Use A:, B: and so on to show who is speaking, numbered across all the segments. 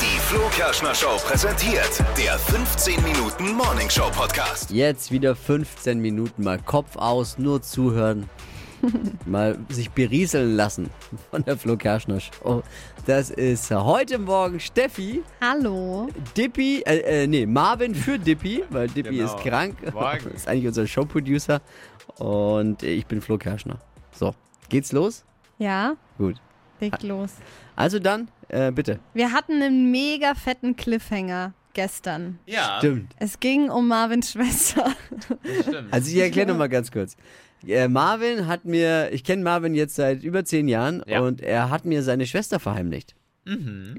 A: Die Flo Kerschner Show präsentiert der 15 Minuten Morning Show Podcast.
B: Jetzt wieder 15 Minuten mal Kopf aus, nur zuhören. mal sich berieseln lassen von der Flo Kerschner Show. Das ist heute Morgen Steffi,
C: Hallo.
B: Dippy, äh, äh, nee, Marvin für Dippy, weil Dippy ist
D: Genau.
B: krank.
D: Morgen.
B: Ist eigentlich unser Showproducer. Und ich bin Flo Kerschner. So, geht's los?
C: Ja,
B: Gut.
C: leg los.
B: Also dann, äh, bitte.
C: Wir hatten einen mega fetten Cliffhanger gestern.
D: Ja,
B: Stimmt.
C: Es ging um Marvins Schwester.
D: stimmt.
B: Also ich erkläre nochmal ganz kurz. Äh, Marvin hat mir, ich kenne Marvin jetzt seit über zehn Jahren
D: Ja.
B: und er hat mir seine Schwester verheimlicht. Mhm.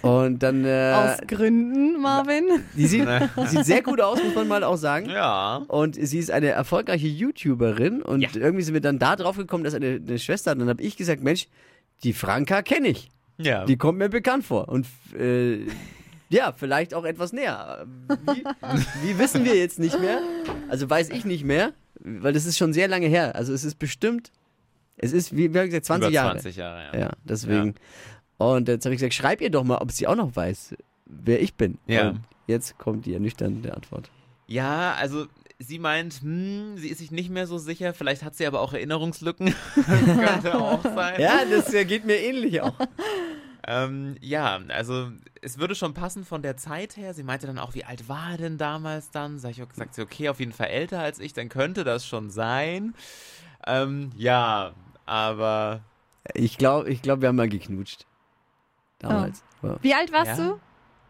B: Und dann, äh,
C: Aus Gründen, Marvin.
B: die sieht, sieht sehr gut aus, muss man mal auch sagen.
D: ja.
B: Und sie ist eine erfolgreiche YouTuberin und
D: Ja.
B: irgendwie sind wir dann da drauf gekommen, dass eine, eine Schwester hat. Und dann habe ich gesagt, Mensch, die Franka kenne ich.
D: Ja.
B: Die kommt mir bekannt vor. Und äh, ja, vielleicht auch etwas näher. Wie, wie wissen wir jetzt nicht mehr? Also weiß ich nicht mehr, weil das ist schon sehr lange her. Also es ist bestimmt, es ist, wie wir haben gesagt, 20
D: Über
B: Jahre.
D: 20 Jahre, ja.
B: Ja, deswegen. Und jetzt habe ich gesagt, schreib ihr doch mal, ob sie auch noch weiß, wer ich bin.
D: Ja.
B: Und jetzt kommt die ernüchternde Antwort.
D: Ja, also sie meint, hm, sie ist sich nicht mehr so sicher, vielleicht hat sie aber auch Erinnerungslücken. Könnte auch sein.
B: Ja, das äh, geht mir ähnlich auch.
D: Ähm, ja, also es würde schon passen von der Zeit her. Sie meinte dann auch, wie alt war er denn damals dann? Sag ich, sagt sie, okay, auf jeden Fall älter als ich, dann könnte das schon sein. Ähm, ja, aber
B: Ich glaube, ich glaub, wir haben mal geknutscht. Damals. Ja.
C: Wie alt warst
D: Ja.
C: du?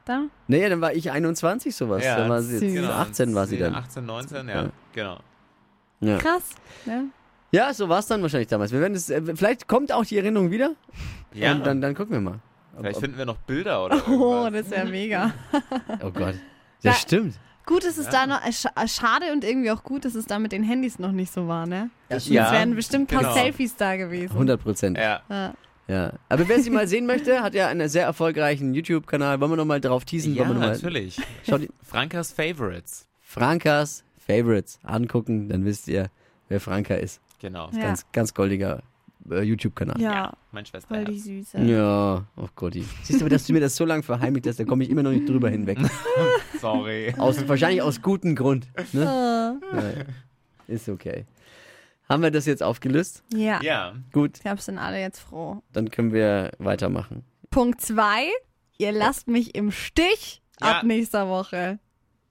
C: Da?
B: Naja, dann war ich 21 sowas.
D: Ja,
B: dann war sie jetzt
C: süß. Genau.
B: 18 war sie dann.
D: 18, 19, ja,
B: Ja.
D: genau.
B: Ja.
C: Krass. Ne?
B: Ja, so war es dann wahrscheinlich damals. Wir werden es, äh, vielleicht kommt auch die Erinnerung wieder.
D: Ja,
B: Und dann, dann gucken wir mal.
D: vielleicht
B: Ob-
D: finden wir noch Bilder oder
C: Oh,
D: irgendwas.
C: das ist ja mega.
B: ob, oh Gott.
C: Da-
B: Das stimmt.
C: Gut, dass es da noch, äh, scha- äh, schade und irgendwie auch gut, dass es da mit den Handys noch nicht so war, ne?
D: Ja,
C: es wären bestimmt ein paar
D: genau.
C: Selfies da gewesen. Äh,
B: 100 Prozent. Ja.
D: Ja.
C: Ja.
B: Aber wer sie mal sehen möchte, hat ja einen sehr erfolgreichen YouTube-Kanal. Wollen wir nochmal drauf teasen?
D: Ja,
B: Wollen wir noch mal-
D: natürlich.
B: Schaut die
D: Frankas Favorites.
B: Frankas Favorites angucken, dann wisst ihr, wer Franka ist.
D: Genau.
C: Ja.
B: Ganz, ganz goldiger äh, YouTube-Kanal.
C: ja,
D: Mein Schwester.
C: voll
D: Ja.
C: die Süße.
B: Ja, oh Gott. Siehst du, dass du mir das so lange verheimlicht hast, da komme ich immer noch nicht drüber hinweg.
D: Sorry.
B: Aus, wahrscheinlich aus gutem Grund. Ne?
C: Ja.
B: Naja, Ist okay. Haben wir das jetzt aufgelöst?
C: ja.
D: Ja.
B: Gut,
C: Ich glaube, sind alle jetzt froh.
B: dann können wir weitermachen.
C: Punkt 2, ihr lasst mich im Stich
D: Ja.
C: ab nächster Woche.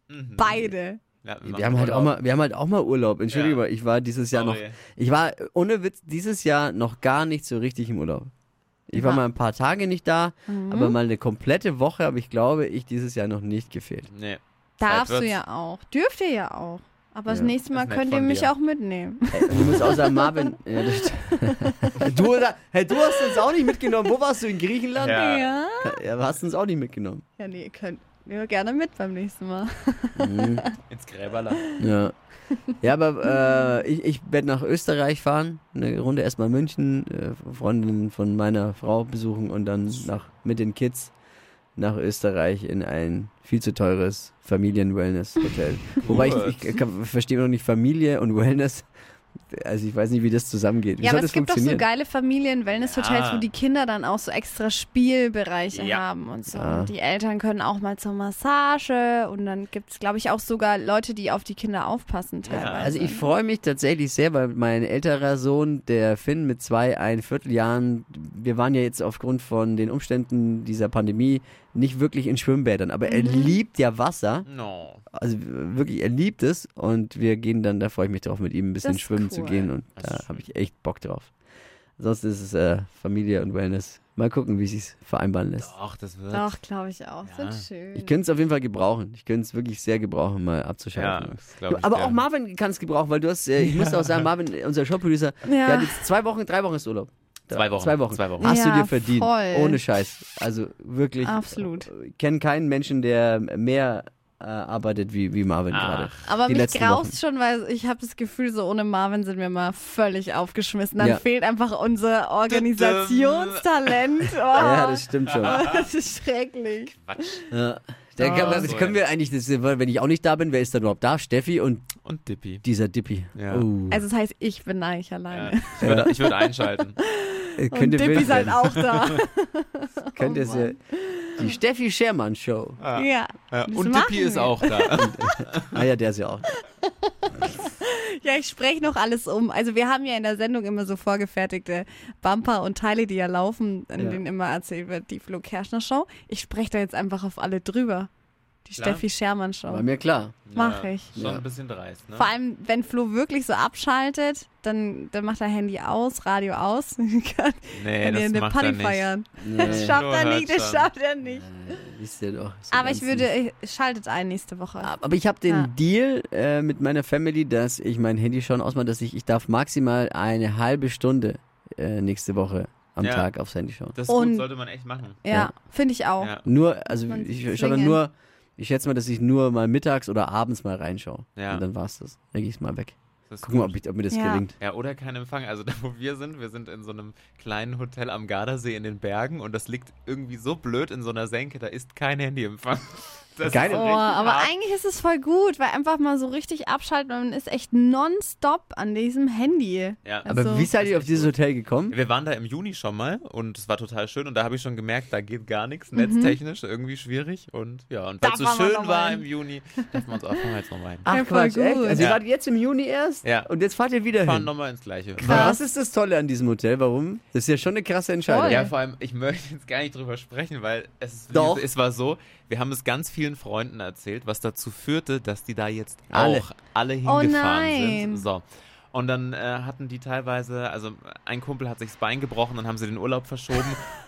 D: Mhm.
C: Beide.
D: Ja, wir
B: Wir
D: machen
B: haben halt auch
D: Urlaub.
B: mal, wir haben halt auch mal Urlaub. Entschuldigung,
D: Ja.
B: ich war dieses Jahr noch,
D: Sorry.
B: ich war äh, ohne Witz dieses Jahr noch gar nicht so richtig im Urlaub. Ich war
C: Ja.
B: mal ein paar Tage nicht da, aber mal eine komplette Woche habe ich, glaube ich, dieses Jahr noch nicht gefehlt.
D: Nee.
C: Darfst du
D: wird's.
C: ja auch. Dürft ihr ja auch. Aber das
B: Ja,
C: nächste Mal
D: ist nett
C: könnt ihr
D: von
C: mich
D: dir.
C: auch mitnehmen.
B: Ey, und du musst auch sagen, Marvin, ja, das, du, oder, hey, du hast uns auch nicht mitgenommen. Wo warst du in Griechenland? Ja.
D: Ja.
C: Ja?
B: hast uns auch nicht mitgenommen.
C: Ja, nee, ihr könnt ja, gerne mit beim nächsten Mal.
B: Mhm.
D: Ins Gräberland.
B: Ja. Ja, aber äh, ich, ich werde nach Österreich fahren, eine Runde erstmal München, äh, Freundinnen von meiner Frau besuchen und dann nach, mit den Kids nach Österreich in ein viel zu teures Familien-Wellness-Hotel. Wobei ich, ich kann- verstehe noch nicht Familie und Wellness. Also ich weiß nicht, wie das zusammengeht. Wie
C: ja,
B: soll
C: aber
B: das
C: es gibt doch so
B: funktionieren?
C: geile Familien-Wellness-Hotels,
D: Ja.
C: wo die Kinder dann auch so extra Spielbereiche
D: Ja.
C: haben und so.
B: Ja.
C: Und die Eltern können auch mal zur Massage und dann gibt es, glaube ich, auch sogar Leute, die auf die Kinder aufpassen teilweise.
B: Also ich freue mich tatsächlich sehr, weil mein älterer Sohn, der Finn mit zwei, ein Vierteljahren, wir waren ja jetzt aufgrund von den Umständen dieser Pandemie nicht wirklich in Schwimmbädern, aber er
D: Mhm.
B: liebt ja Wasser,
D: No.
B: also wirklich, er liebt es und wir gehen dann, da freue ich mich drauf, mit ihm ein bisschen
C: Das ist
B: schwimmen zu
C: cool.
B: gehen und
D: Das ist
B: da habe ich echt Bock drauf. Sonst ist es äh, Familie und Wellness. Mal gucken, wie sich's vereinbaren lässt.
D: Doch, das wird.
C: Doch, glaube ich auch.
D: Ja.
C: Das ist schön.
B: Ich könnte es auf jeden Fall gebrauchen. Ich könnte es wirklich sehr gebrauchen, mal abzuschalten.
D: Ja, das glaub ich
B: Aber auch
D: gern.
B: Marvin kann es gebrauchen, weil du hast, äh, ich muss auch sagen, Marvin, unser Showproducer,
C: Ja.
B: der hat jetzt zwei Wochen, drei Wochen ist Urlaub. Drei-
D: Zwei Wochen,
B: Zwei Wochen.
D: zwei Wochen.
B: Hast du
C: Ja,
B: dir verdient.
C: voll.
B: Ohne Scheiß. Also wirklich.
C: Absolut.
B: Ich kenne keinen Menschen, der mehr äh, arbeitet wie, wie Marvin
D: Ach.
B: gerade.
C: Aber
B: die
C: mich
B: letzten
C: graust schon, weil ich habe das Gefühl, so ohne Marvin sind wir mal völlig aufgeschmissen. Dann
B: Ja.
C: fehlt einfach unser Organisationstalent. Oh,
B: Ja, das stimmt schon.
C: das ist schrecklich.
B: Ja, Ja,
D: Ah,
B: kann,
D: so,
B: können wir eigentlich, das, wenn ich auch nicht da bin, wer ist dann überhaupt da? Steffi und
D: Und Dippi.
B: dieser Dippi.
D: Ja.
B: Oh.
C: Also das heißt, ich bin eigentlich
D: Ja.
C: alleine.
D: Ich würde ich würd einschalten.
B: Äh,
C: Und
B: könnte
C: Dippy
B: wild
C: ist halt
B: werden.
C: auch da.
B: Könnt
C: Oh
B: ihr sehr- Die Steffi Schermann Show.
D: Ja.
C: ja.
D: Ja.
C: Das
D: Und
C: machen
D: Dippi ist
C: wir.
D: auch da.
B: Ah ja, der ist ja auch.
C: ja, ich spreche noch alles um. Also wir haben ja in der Sendung immer so vorgefertigte Bumper und Teile, die ja laufen, in
B: Ja.
C: denen immer erzählt wird, die Flo Kerschner Show. Ich spreche da jetzt einfach auf alle drüber. Die
D: Klar.
C: Steffi Schermann Show.
B: War mir klar.
C: Mach ich.
D: Schon
B: Ja.
D: ein bisschen dreist, ne?
C: Vor allem, wenn Flo wirklich so abschaltet, dann, dann macht er Handy aus, Radio aus. kann
D: nee,
C: kann
D: das
C: ihr eine
D: macht
C: Party
D: er nicht.
C: feiern. Das
B: Nee,
C: schafft
D: Flo
C: er
D: hört
C: nicht, das
D: schon.
C: schafft er nicht.
B: Äh, wisst ihr doch. so
C: Aber ich
B: ganz
C: würde, äh, schaltet ein nächste Woche.
B: Ah, Aber ich habe den
C: Ja.
B: Deal äh, mit meiner Family, dass ich mein Handy schon ausmache, dass ich, ich darf maximal eine halbe Stunde äh, nächste Woche am
D: Ja.
B: Tag aufs Handy schauen.
D: Das ist
C: Und-
D: gut, sollte man echt machen.
C: ja,
B: ja.
C: finde ich auch.
D: Ja,
B: Nur, also
C: Man
B: ich
C: sieht
B: schaue dann
C: Dinge.
B: nur, ich schätze mal, dass ich nur mal mittags oder abends mal reinschaue.
D: Ja.
B: Und dann war's das. Dann gehe ich mal weg.
D: das ist
B: Gucken wir,
D: gut.
B: ob, ich, ob mir das
C: Ja.
B: gelingt.
D: Ja, oder kein Empfang. Also da, wo wir sind, wir sind in so einem kleinen Hotel am Gardasee in den Bergen und das liegt irgendwie so blöd in so einer Senke, da ist kein Handyempfang. Das
B: Geil.
D: ist
C: Oh,
D: richtig
C: aber
D: hart.
C: eigentlich ist es voll gut, weil einfach mal so richtig abschalten man ist echt nonstop an diesem Handy.
D: Ja.
C: Also-
B: Aber wie seid ihr
D: ist
B: auf
D: echt
B: dieses
D: gut.
B: Hotel gekommen?
D: Wir waren da im Juni schon mal und es war total schön und da habe ich schon gemerkt, da geht gar nichts, netztechnisch irgendwie schwierig und ja, und weil
C: Mhm. Da
D: es so
C: fahren wir
D: schön
C: noch
D: war
C: rein.
D: im Juni, dürfen wir uns auch fahren wir jetzt nochmal hin.
B: Ach
C: Ja, voll
B: Quatsch, echt?
C: gut.
B: Also ihr
D: Ja.
B: wart jetzt im Juni erst
D: Ja.
B: und jetzt fahrt ihr wieder
D: Wir fahren
B: hin.
D: nochmal ins Gleiche.
B: Was ist das Tolle an diesem Hotel? Warum? Das ist ja schon eine krasse Entscheidung.
C: Voll.
D: Ja, vor allem, ich möchte jetzt gar nicht drüber sprechen, weil es, ist-
B: Doch.
D: es war so, wir haben es ganz vielen Freunden erzählt, was dazu führte, dass die da jetzt
B: Alle.
D: auch alle
C: Oh
D: hingefahren
C: nein.
D: sind. So. Und dann äh, hatten die teilweise, also ein Kumpel hat sich das Bein gebrochen, dann haben sie den Urlaub verschoben.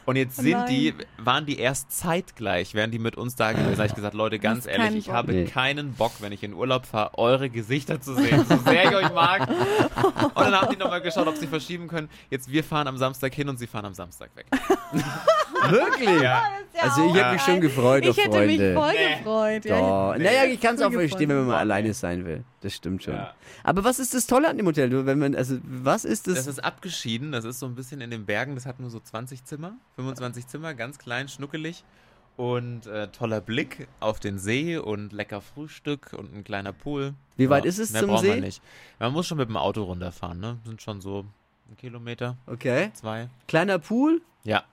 D: Und jetzt sind
C: Nein.
D: die, waren die erst zeitgleich, wären die mit uns da gewesen. Da habe ich gesagt, Leute,
C: Hast
D: ganz ehrlich,
C: keinen
D: ich
C: Bock.
D: habe
B: Nee.
D: keinen Bock, wenn ich in Urlaub fahre, eure Gesichter zu sehen. So sehr ich euch mag. Und dann haben die nochmal geschaut, ob sie verschieben können. Jetzt wir fahren am Samstag hin und sie fahren am Samstag weg.
B: Wirklich? Also ich
D: auch
B: habe mich schon gefreut auf
C: Ich hätte
B: Freunde.
C: mich voll
D: Nee.
C: gefreut. Ja.
B: Doch. Naja, ich kann es
C: Cool
B: auch verstehen, wenn man mal
D: gefunden.
B: alleine sein will. Das stimmt schon.
D: Ja.
B: Aber was ist das Tolle an dem Hotel? Du, Wenn man, also, was ist das?
D: Das ist abgeschieden, das ist so ein bisschen in den Bergen, das hat nur so 20 Zimmer, 25 Zimmer, ganz klein, schnuckelig und äh, toller Blick auf den See und lecker Frühstück und ein kleiner Pool.
B: Wie weit ist es
D: mehr
B: zum
D: braucht
B: See?
D: Man, nicht. man muss schon mit dem Auto runterfahren, ne? Sind schon so ein Kilometer,
B: okay.
D: zwei.
B: Kleiner Pool.
D: Ja.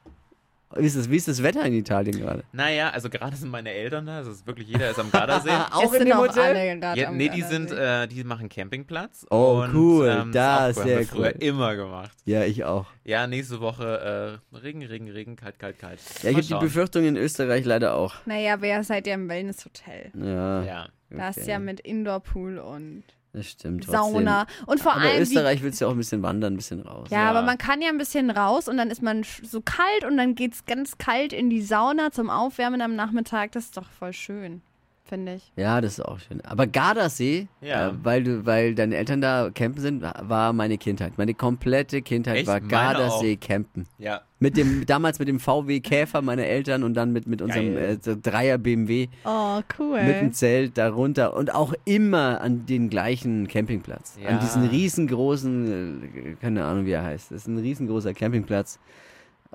B: Wie ist das, wie ist das Wetter in Italien gerade?
D: Naja, also gerade sind meine Eltern da, also es ist wirklich jeder ist am Gardasee.
B: Ah,
C: Es
B: auch in
C: sind
B: dem
C: auch
B: Hotel?
C: alle gerade
D: Ja,
C: am
D: nee, die sind,
C: Gardasee.
D: äh, die machen Campingplatz.
B: Oh,
D: und,
B: cool,
D: ähm,
B: das
D: ist
B: ist
D: auch cool, haben wir
B: sehr
D: früher
B: cool.
D: immer gemacht.
B: Ja, ich auch.
D: Ja, nächste Woche äh, Regen, Regen, Regen, kalt, kalt, kalt.
B: Ja, ich
D: Mal
B: habe die
D: schauen.
B: Befürchtung in Österreich leider auch.
C: Naja, wer seid ihr im Wellnesshotel?
B: Ja,
D: Ja.
C: Das ist ja mit Indoorpool und
B: das stimmt. Trotzdem.
C: Sauna. Und vor
B: Aber
C: allem. wie-
B: Österreich willst du ja auch ein bisschen wandern, ein bisschen raus.
C: ja,
D: ja.
C: aber man kann ja ein bisschen raus und dann ist man sch- so kalt und dann geht's ganz kalt in die Sauna zum Aufwärmen am Nachmittag. Das ist doch voll schön, finde ich.
B: Ja, das ist auch schön. Aber Gardasee,
D: Ja.
B: äh, weil du, weil deine Eltern da campen sind, war- war meine Kindheit. Meine komplette Kindheit
D: Echt?
B: war
D: Meine
B: Gardasee campen.
D: Ja,
B: Mit dem, damals mit dem VW Käfer meiner Eltern und dann mit, mit unserem
D: Geil.
B: äh, so Dreier BMW
C: Oh, cool.
B: mit dem Zelt darunter und auch immer an den gleichen Campingplatz.
D: Ja.
B: An diesen riesengroßen, äh, keine Ahnung wie er heißt. Das ist ein riesengroßer Campingplatz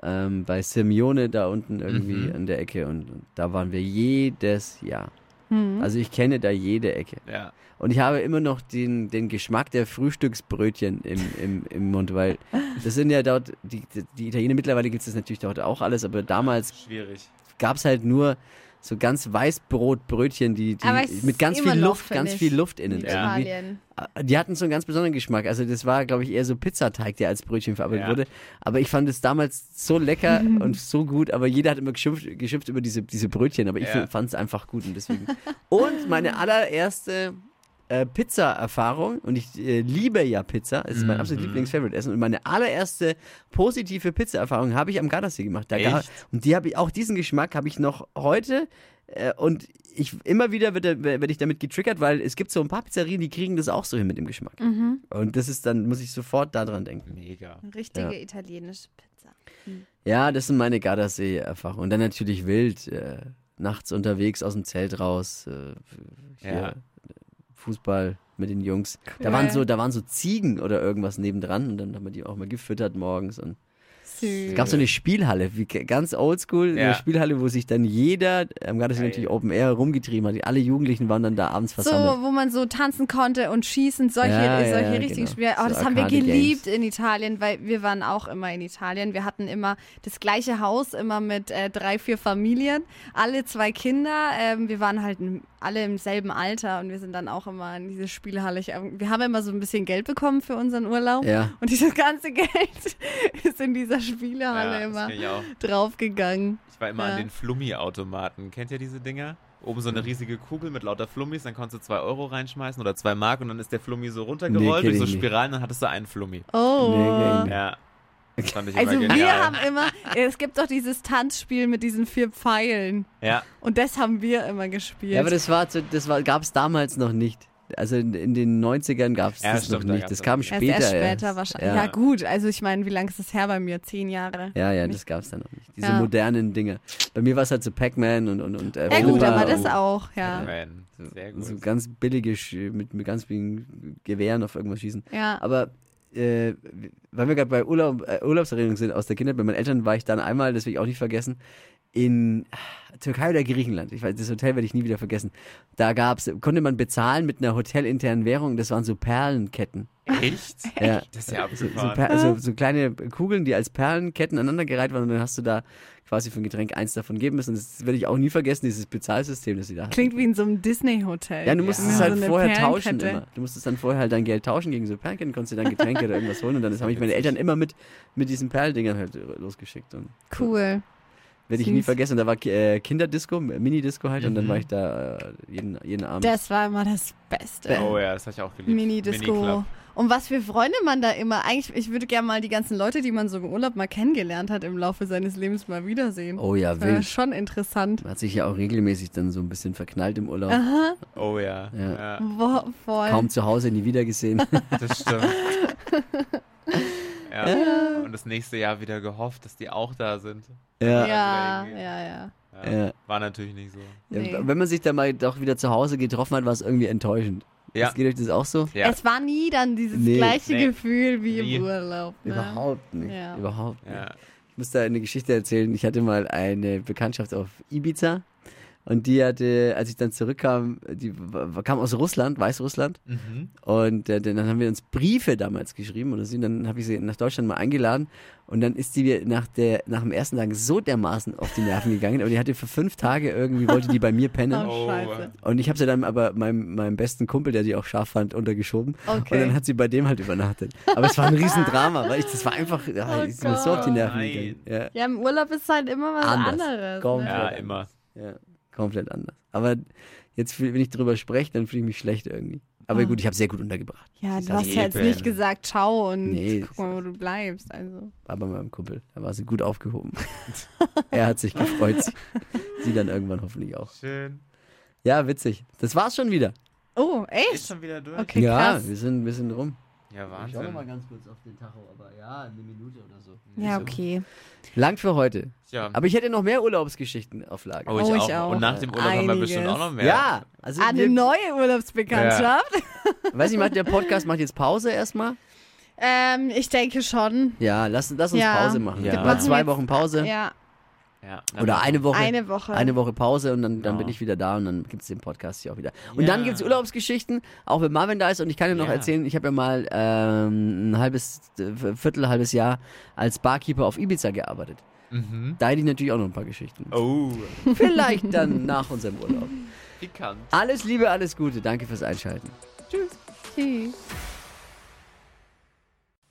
B: ähm, bei Simeone da unten irgendwie
D: Mhm.
B: an der Ecke und, und da waren wir jedes Jahr.
D: Mhm.
B: Also ich kenne da jede Ecke.
D: ja.
B: Und ich habe immer noch den, den Geschmack der Frühstücksbrötchen im, im, im Mund, weil das sind ja dort, die, die Italiener, mittlerweile gibt es das natürlich dort auch alles, aber damals
D: Schwierig.
B: gab es halt nur so ganz Weißbrotbrötchen, die,
C: Aber es
B: die mit ganz
C: ist
B: viel
C: immer noch,
B: Luft,
C: finde
B: ganz
C: ich,
B: viel Luft innen. irgendwie.
C: Italien.
B: Die hatten so einen ganz besonderen Geschmack. Also das war, glaube ich, eher so Pizzateig, der als Brötchen verarbeitet
D: Ja.
B: wurde. Aber ich fand es damals so lecker und so gut. Aber jeder hat immer geschimpft, geschimpft über diese, diese Brötchen. Aber ich
D: Ja.
B: fand es einfach gut und deswegen. und meine allererste äh, Pizza-Erfahrung und ich äh, liebe ja Pizza. Es ist
D: Mhm.
B: mein absolut Lieblings-Favorite-Essen. Und meine allererste positive Pizza-Erfahrung habe ich am Gardasee gemacht. Da gab,
D: Echt?
B: und die habe ich auch diesen Geschmack habe ich noch heute. Äh, und ich immer wieder wird er- werde ich damit getriggert, weil es gibt so ein paar Pizzerien, die kriegen das auch so hin mit dem Geschmack. Und das ist dann, muss ich sofort daran denken.
D: Mega.
C: Richtige
B: Ja.
C: italienische Pizza.
B: Ja, das sind meine Gardasee-Erfahrungen. Und dann natürlich wild, äh, nachts unterwegs aus dem Zelt raus, äh, hier,
D: Ja.
B: äh, Fußball mit den Jungs. Da
C: Cool.
B: waren so, da waren so Ziegen oder irgendwas nebendran und dann haben wir die auch mal gefüttert morgens und
C: Süß.
B: Es gab so eine Spielhalle, wie, ganz oldschool,
D: Ja.
B: eine Spielhalle, wo sich dann jeder, ähm, am Gardasee
D: Geil.
B: natürlich Open Air, rumgetrieben hat. Alle Jugendlichen waren dann da abends
C: So,
B: versammelt.
C: wo man so tanzen konnte und schießen, solche,
B: Ja, ja,
C: solche
B: ja,
C: richtigen
B: genau.
C: Spiele. Oh,
B: So
C: das haben wir
B: Arcade-Games.
C: geliebt in Italien, weil wir waren auch immer in Italien. Wir hatten immer das gleiche Haus, immer mit äh, drei, vier Familien, alle zwei Kinder. Ähm, wir waren halt n- alle im selben Alter und wir sind dann auch immer in diese Spielhalle. Ich, ähm, wir haben immer so ein bisschen Geld bekommen für unseren Urlaub.
B: Ja.
C: Und dieses ganze Geld ist in dieser Spielehalle
D: Ja, das
C: immer
D: kenn ich auch.
C: draufgegangen.
D: Ich war immer
C: Ja.
D: an den Flummi-Automaten. Kennt ihr diese Dinger? Oben so eine
B: Mhm.
D: riesige Kugel mit lauter Flummis, dann konntest du 2 Euro reinschmeisen oder 2 Mark und dann ist der Flummi so runtergerollt
B: Nee, kenn
D: durch so
B: ich nicht.
D: Spiralen, dann hattest du einen Flummi.
C: Oh.
B: Nee, nee,
D: Ja. Das fand ich
C: Also
D: immer genial.
C: wir haben immer, es gibt doch dieses Tanzspiel mit diesen vier Pfeilen.
D: ja.
C: Und das haben wir immer gespielt.
B: Ja, aber das war, zu- das war, gab es damals noch nicht. Also in, in den 90ern gab es
D: Ja,
B: das
D: stimmt,
B: noch
D: da
B: nicht.
D: gab's
B: Das
D: das
B: kam
D: nicht.
B: später.
C: erst, erst später wahrscheinlich. Ja.
B: Ja,
C: gut. Also ich meine, wie lange ist das her bei mir? Zehn Jahre.
B: ja, ja das gab es dann noch nicht. Diese
C: Ja.
B: modernen Dinge. Bei mir war es halt so Pac-Man und, und, und äh,
C: Ja gut,
B: Flipper
C: aber
B: und-
C: das auch, ja.
D: Man. Sehr gut.
B: So ganz billige, Sch- mit, mit ganz vielen Gewehren auf irgendwas schießen.
C: Ja.
B: Aber äh, weil wir gerade bei Urlaub, äh, Urlaubserinnerungen sind aus der Kindheit, bei meinen Eltern war ich dann einmal, das will ich auch nicht vergessen, in ah, Türkei oder Griechenland. Ich weiß, das Hotel werde ich nie wieder vergessen. Da gab's, konnte man bezahlen mit einer hotelinternen Währung, das waren so Perlenketten.
D: Echt?
B: Ja.
D: Das ist ja
B: So, so,
D: abgefahren.
B: per, also so, so kleine Kugeln, die als Perlenketten aneinandergereiht waren und dann hast du da quasi für ein Getränk eins davon geben müssen. Das werde ich auch nie vergessen, dieses Bezahlsystem, das sie da hatten.
C: Klingt wie in so einem Disney-Hotel.
B: Ja, du musstest es
C: So
B: halt
C: eine
B: vorher tauschen
C: Perlenkette.
B: immer. Du musstest dann vorher halt dein Geld tauschen gegen so Perlenketten, konntest dir dann Getränke oder irgendwas holen und dann habe ich meine Eltern immer mit, mit diesen Perldingern halt losgeschickt und
C: Cool.
B: werde ich
C: Süß.
B: nie vergessen. Und da war äh, Kinderdisco, Minidisco halt und dann
D: Mhm.
B: war ich da äh, jeden, jeden Abend.
C: Das war immer das Beste.
D: Oh ja, das habe ich auch geliebt.
C: Mini-Disco.
D: Miniclub.
C: Und was für Freunde man da immer. Eigentlich, ich würde gerne mal die ganzen Leute, die man so im Urlaub mal kennengelernt hat, im Laufe seines Lebens mal wiedersehen.
B: oh ja,
C: Wäre
B: wild.
C: schon interessant.
B: Man hat sich ja auch regelmäßig dann so ein bisschen verknallt im Urlaub.
C: Aha,
D: Oh ja.
B: Ja.
D: ja.
C: wo, voll.
B: Kaum zu Hause, nie wiedergesehen.
D: Das stimmt. ja. Und das nächste Jahr wieder gehofft, dass die auch da sind.
B: ja. Ja.
C: Ja,
D: Irgendwie.
C: ja, ja.
D: Ja.
B: Ja.
D: War natürlich nicht so.
C: Nee.
B: Wenn man sich dann mal doch wieder zu Hause getroffen hat, war es irgendwie enttäuschend.
D: Ja.
B: Ist- Geht euch das auch so?
D: Ja.
C: Es war nie dann dieses
B: Nee.
C: gleiche
D: Nee.
C: Gefühl wie
D: Nie.
C: im Urlaub. Ne?
B: Überhaupt nicht.
C: Ja.
B: Überhaupt nicht.
D: Ja.
B: Ich muss da eine Geschichte erzählen. Ich hatte mal eine Bekanntschaft auf Ibiza und die hatte, als ich dann zurückkam, die w- kam aus Russland, Weißrussland
D: Mhm.
B: und äh, dann haben wir uns Briefe damals geschrieben oder sie und dann habe ich sie nach Deutschland mal eingeladen und dann ist die mir nach der nach dem ersten Tag so dermaßen auf die Nerven gegangen und die hatte für fünf Tage irgendwie wollte die bei mir pennen
C: Oh, scheiße.
B: und ich habe sie dann aber meinem, meinem besten Kumpel, der die auch scharf fand, untergeschoben
C: Okay.
B: und dann hat sie bei dem halt übernachtet. Aber es war ein Riesendrama, weil ich das war einfach, ja,
C: Oh
B: ich bin so auf die
C: Gott.
B: Nerven
D: Nein.
B: gegangen. Ja.
C: Ja, im Urlaub ist halt immer was
B: Anders.
C: anderes.
B: Komplett
C: Ne?
D: Ja,
B: anders.
D: immer.
B: Ja, komplett anders. Aber jetzt, fühl- wenn ich drüber spreche, dann fühle ich mich schlecht irgendwie.
C: Ah.
B: Aber gut, ich habe sehr gut untergebracht.
C: Ja, du
B: Das
C: hast ja jetzt
D: eben.
C: nicht gesagt, ciao und
B: Nee.
C: guck mal, wo du bleibst. Also.
B: War bei meinem Kumpel. Da war sie gut aufgehoben. er hat sich gefreut. Sie- Sie dann irgendwann hoffentlich auch.
D: Schön.
B: Ja, witzig. Das war's schon wieder.
C: Oh,
D: Ist
C: echt?
D: schon wieder durch.
C: Okay,
B: ja,
C: krass.
B: wir sind ein bisschen rum.
D: Ja, Wahnsinn.
B: ganz kurz auf den Tacho, aber ja, eine Minute oder so.
C: Ja, okay.
B: Lang für heute.
D: Ja.
B: Aber ich hätte noch mehr Urlaubsgeschichten auf Lager.
D: Oh, ich,
C: Oh, ich
D: auch.
C: auch.
D: Und nach dem Urlaub haben wir
C: Einiges.
D: bestimmt auch noch mehr.
B: ja, also
C: Ah, Eine
B: wir,
C: neue Urlaubsbekanntschaft?
B: weiß ich, macht der Podcast macht jetzt Pause erstmal?
C: Ähm, ich denke schon.
B: Ja, lass, lass uns
C: Ja.
B: Pause machen.
D: Ja.
B: Gib mal
D: Machen
B: zwei
C: wir-
B: Wochen Pause.
C: Ja,
D: ja.
B: Oder eine Woche.
C: eine Woche.
B: Eine Woche Pause und dann, dann
D: Ja.
B: bin ich wieder da und dann gibt es den Podcast hier auch wieder. Und
D: Ja.
B: dann gibt es Urlaubsgeschichten, auch wenn Marvin da ist. Und ich kann dir noch
D: Ja.
B: erzählen, ich habe ja mal ähm, ein halbes, äh, Viertel, halbes Jahr als Barkeeper auf Ibiza gearbeitet.
D: Mhm.
B: Da hätte ich natürlich auch noch ein paar Geschichten.
D: Oh,
B: Vielleicht dann nach unserem Urlaub.
D: pikant.
B: Alles Liebe, alles Gute. Danke fürs Einschalten.
C: Tschüss.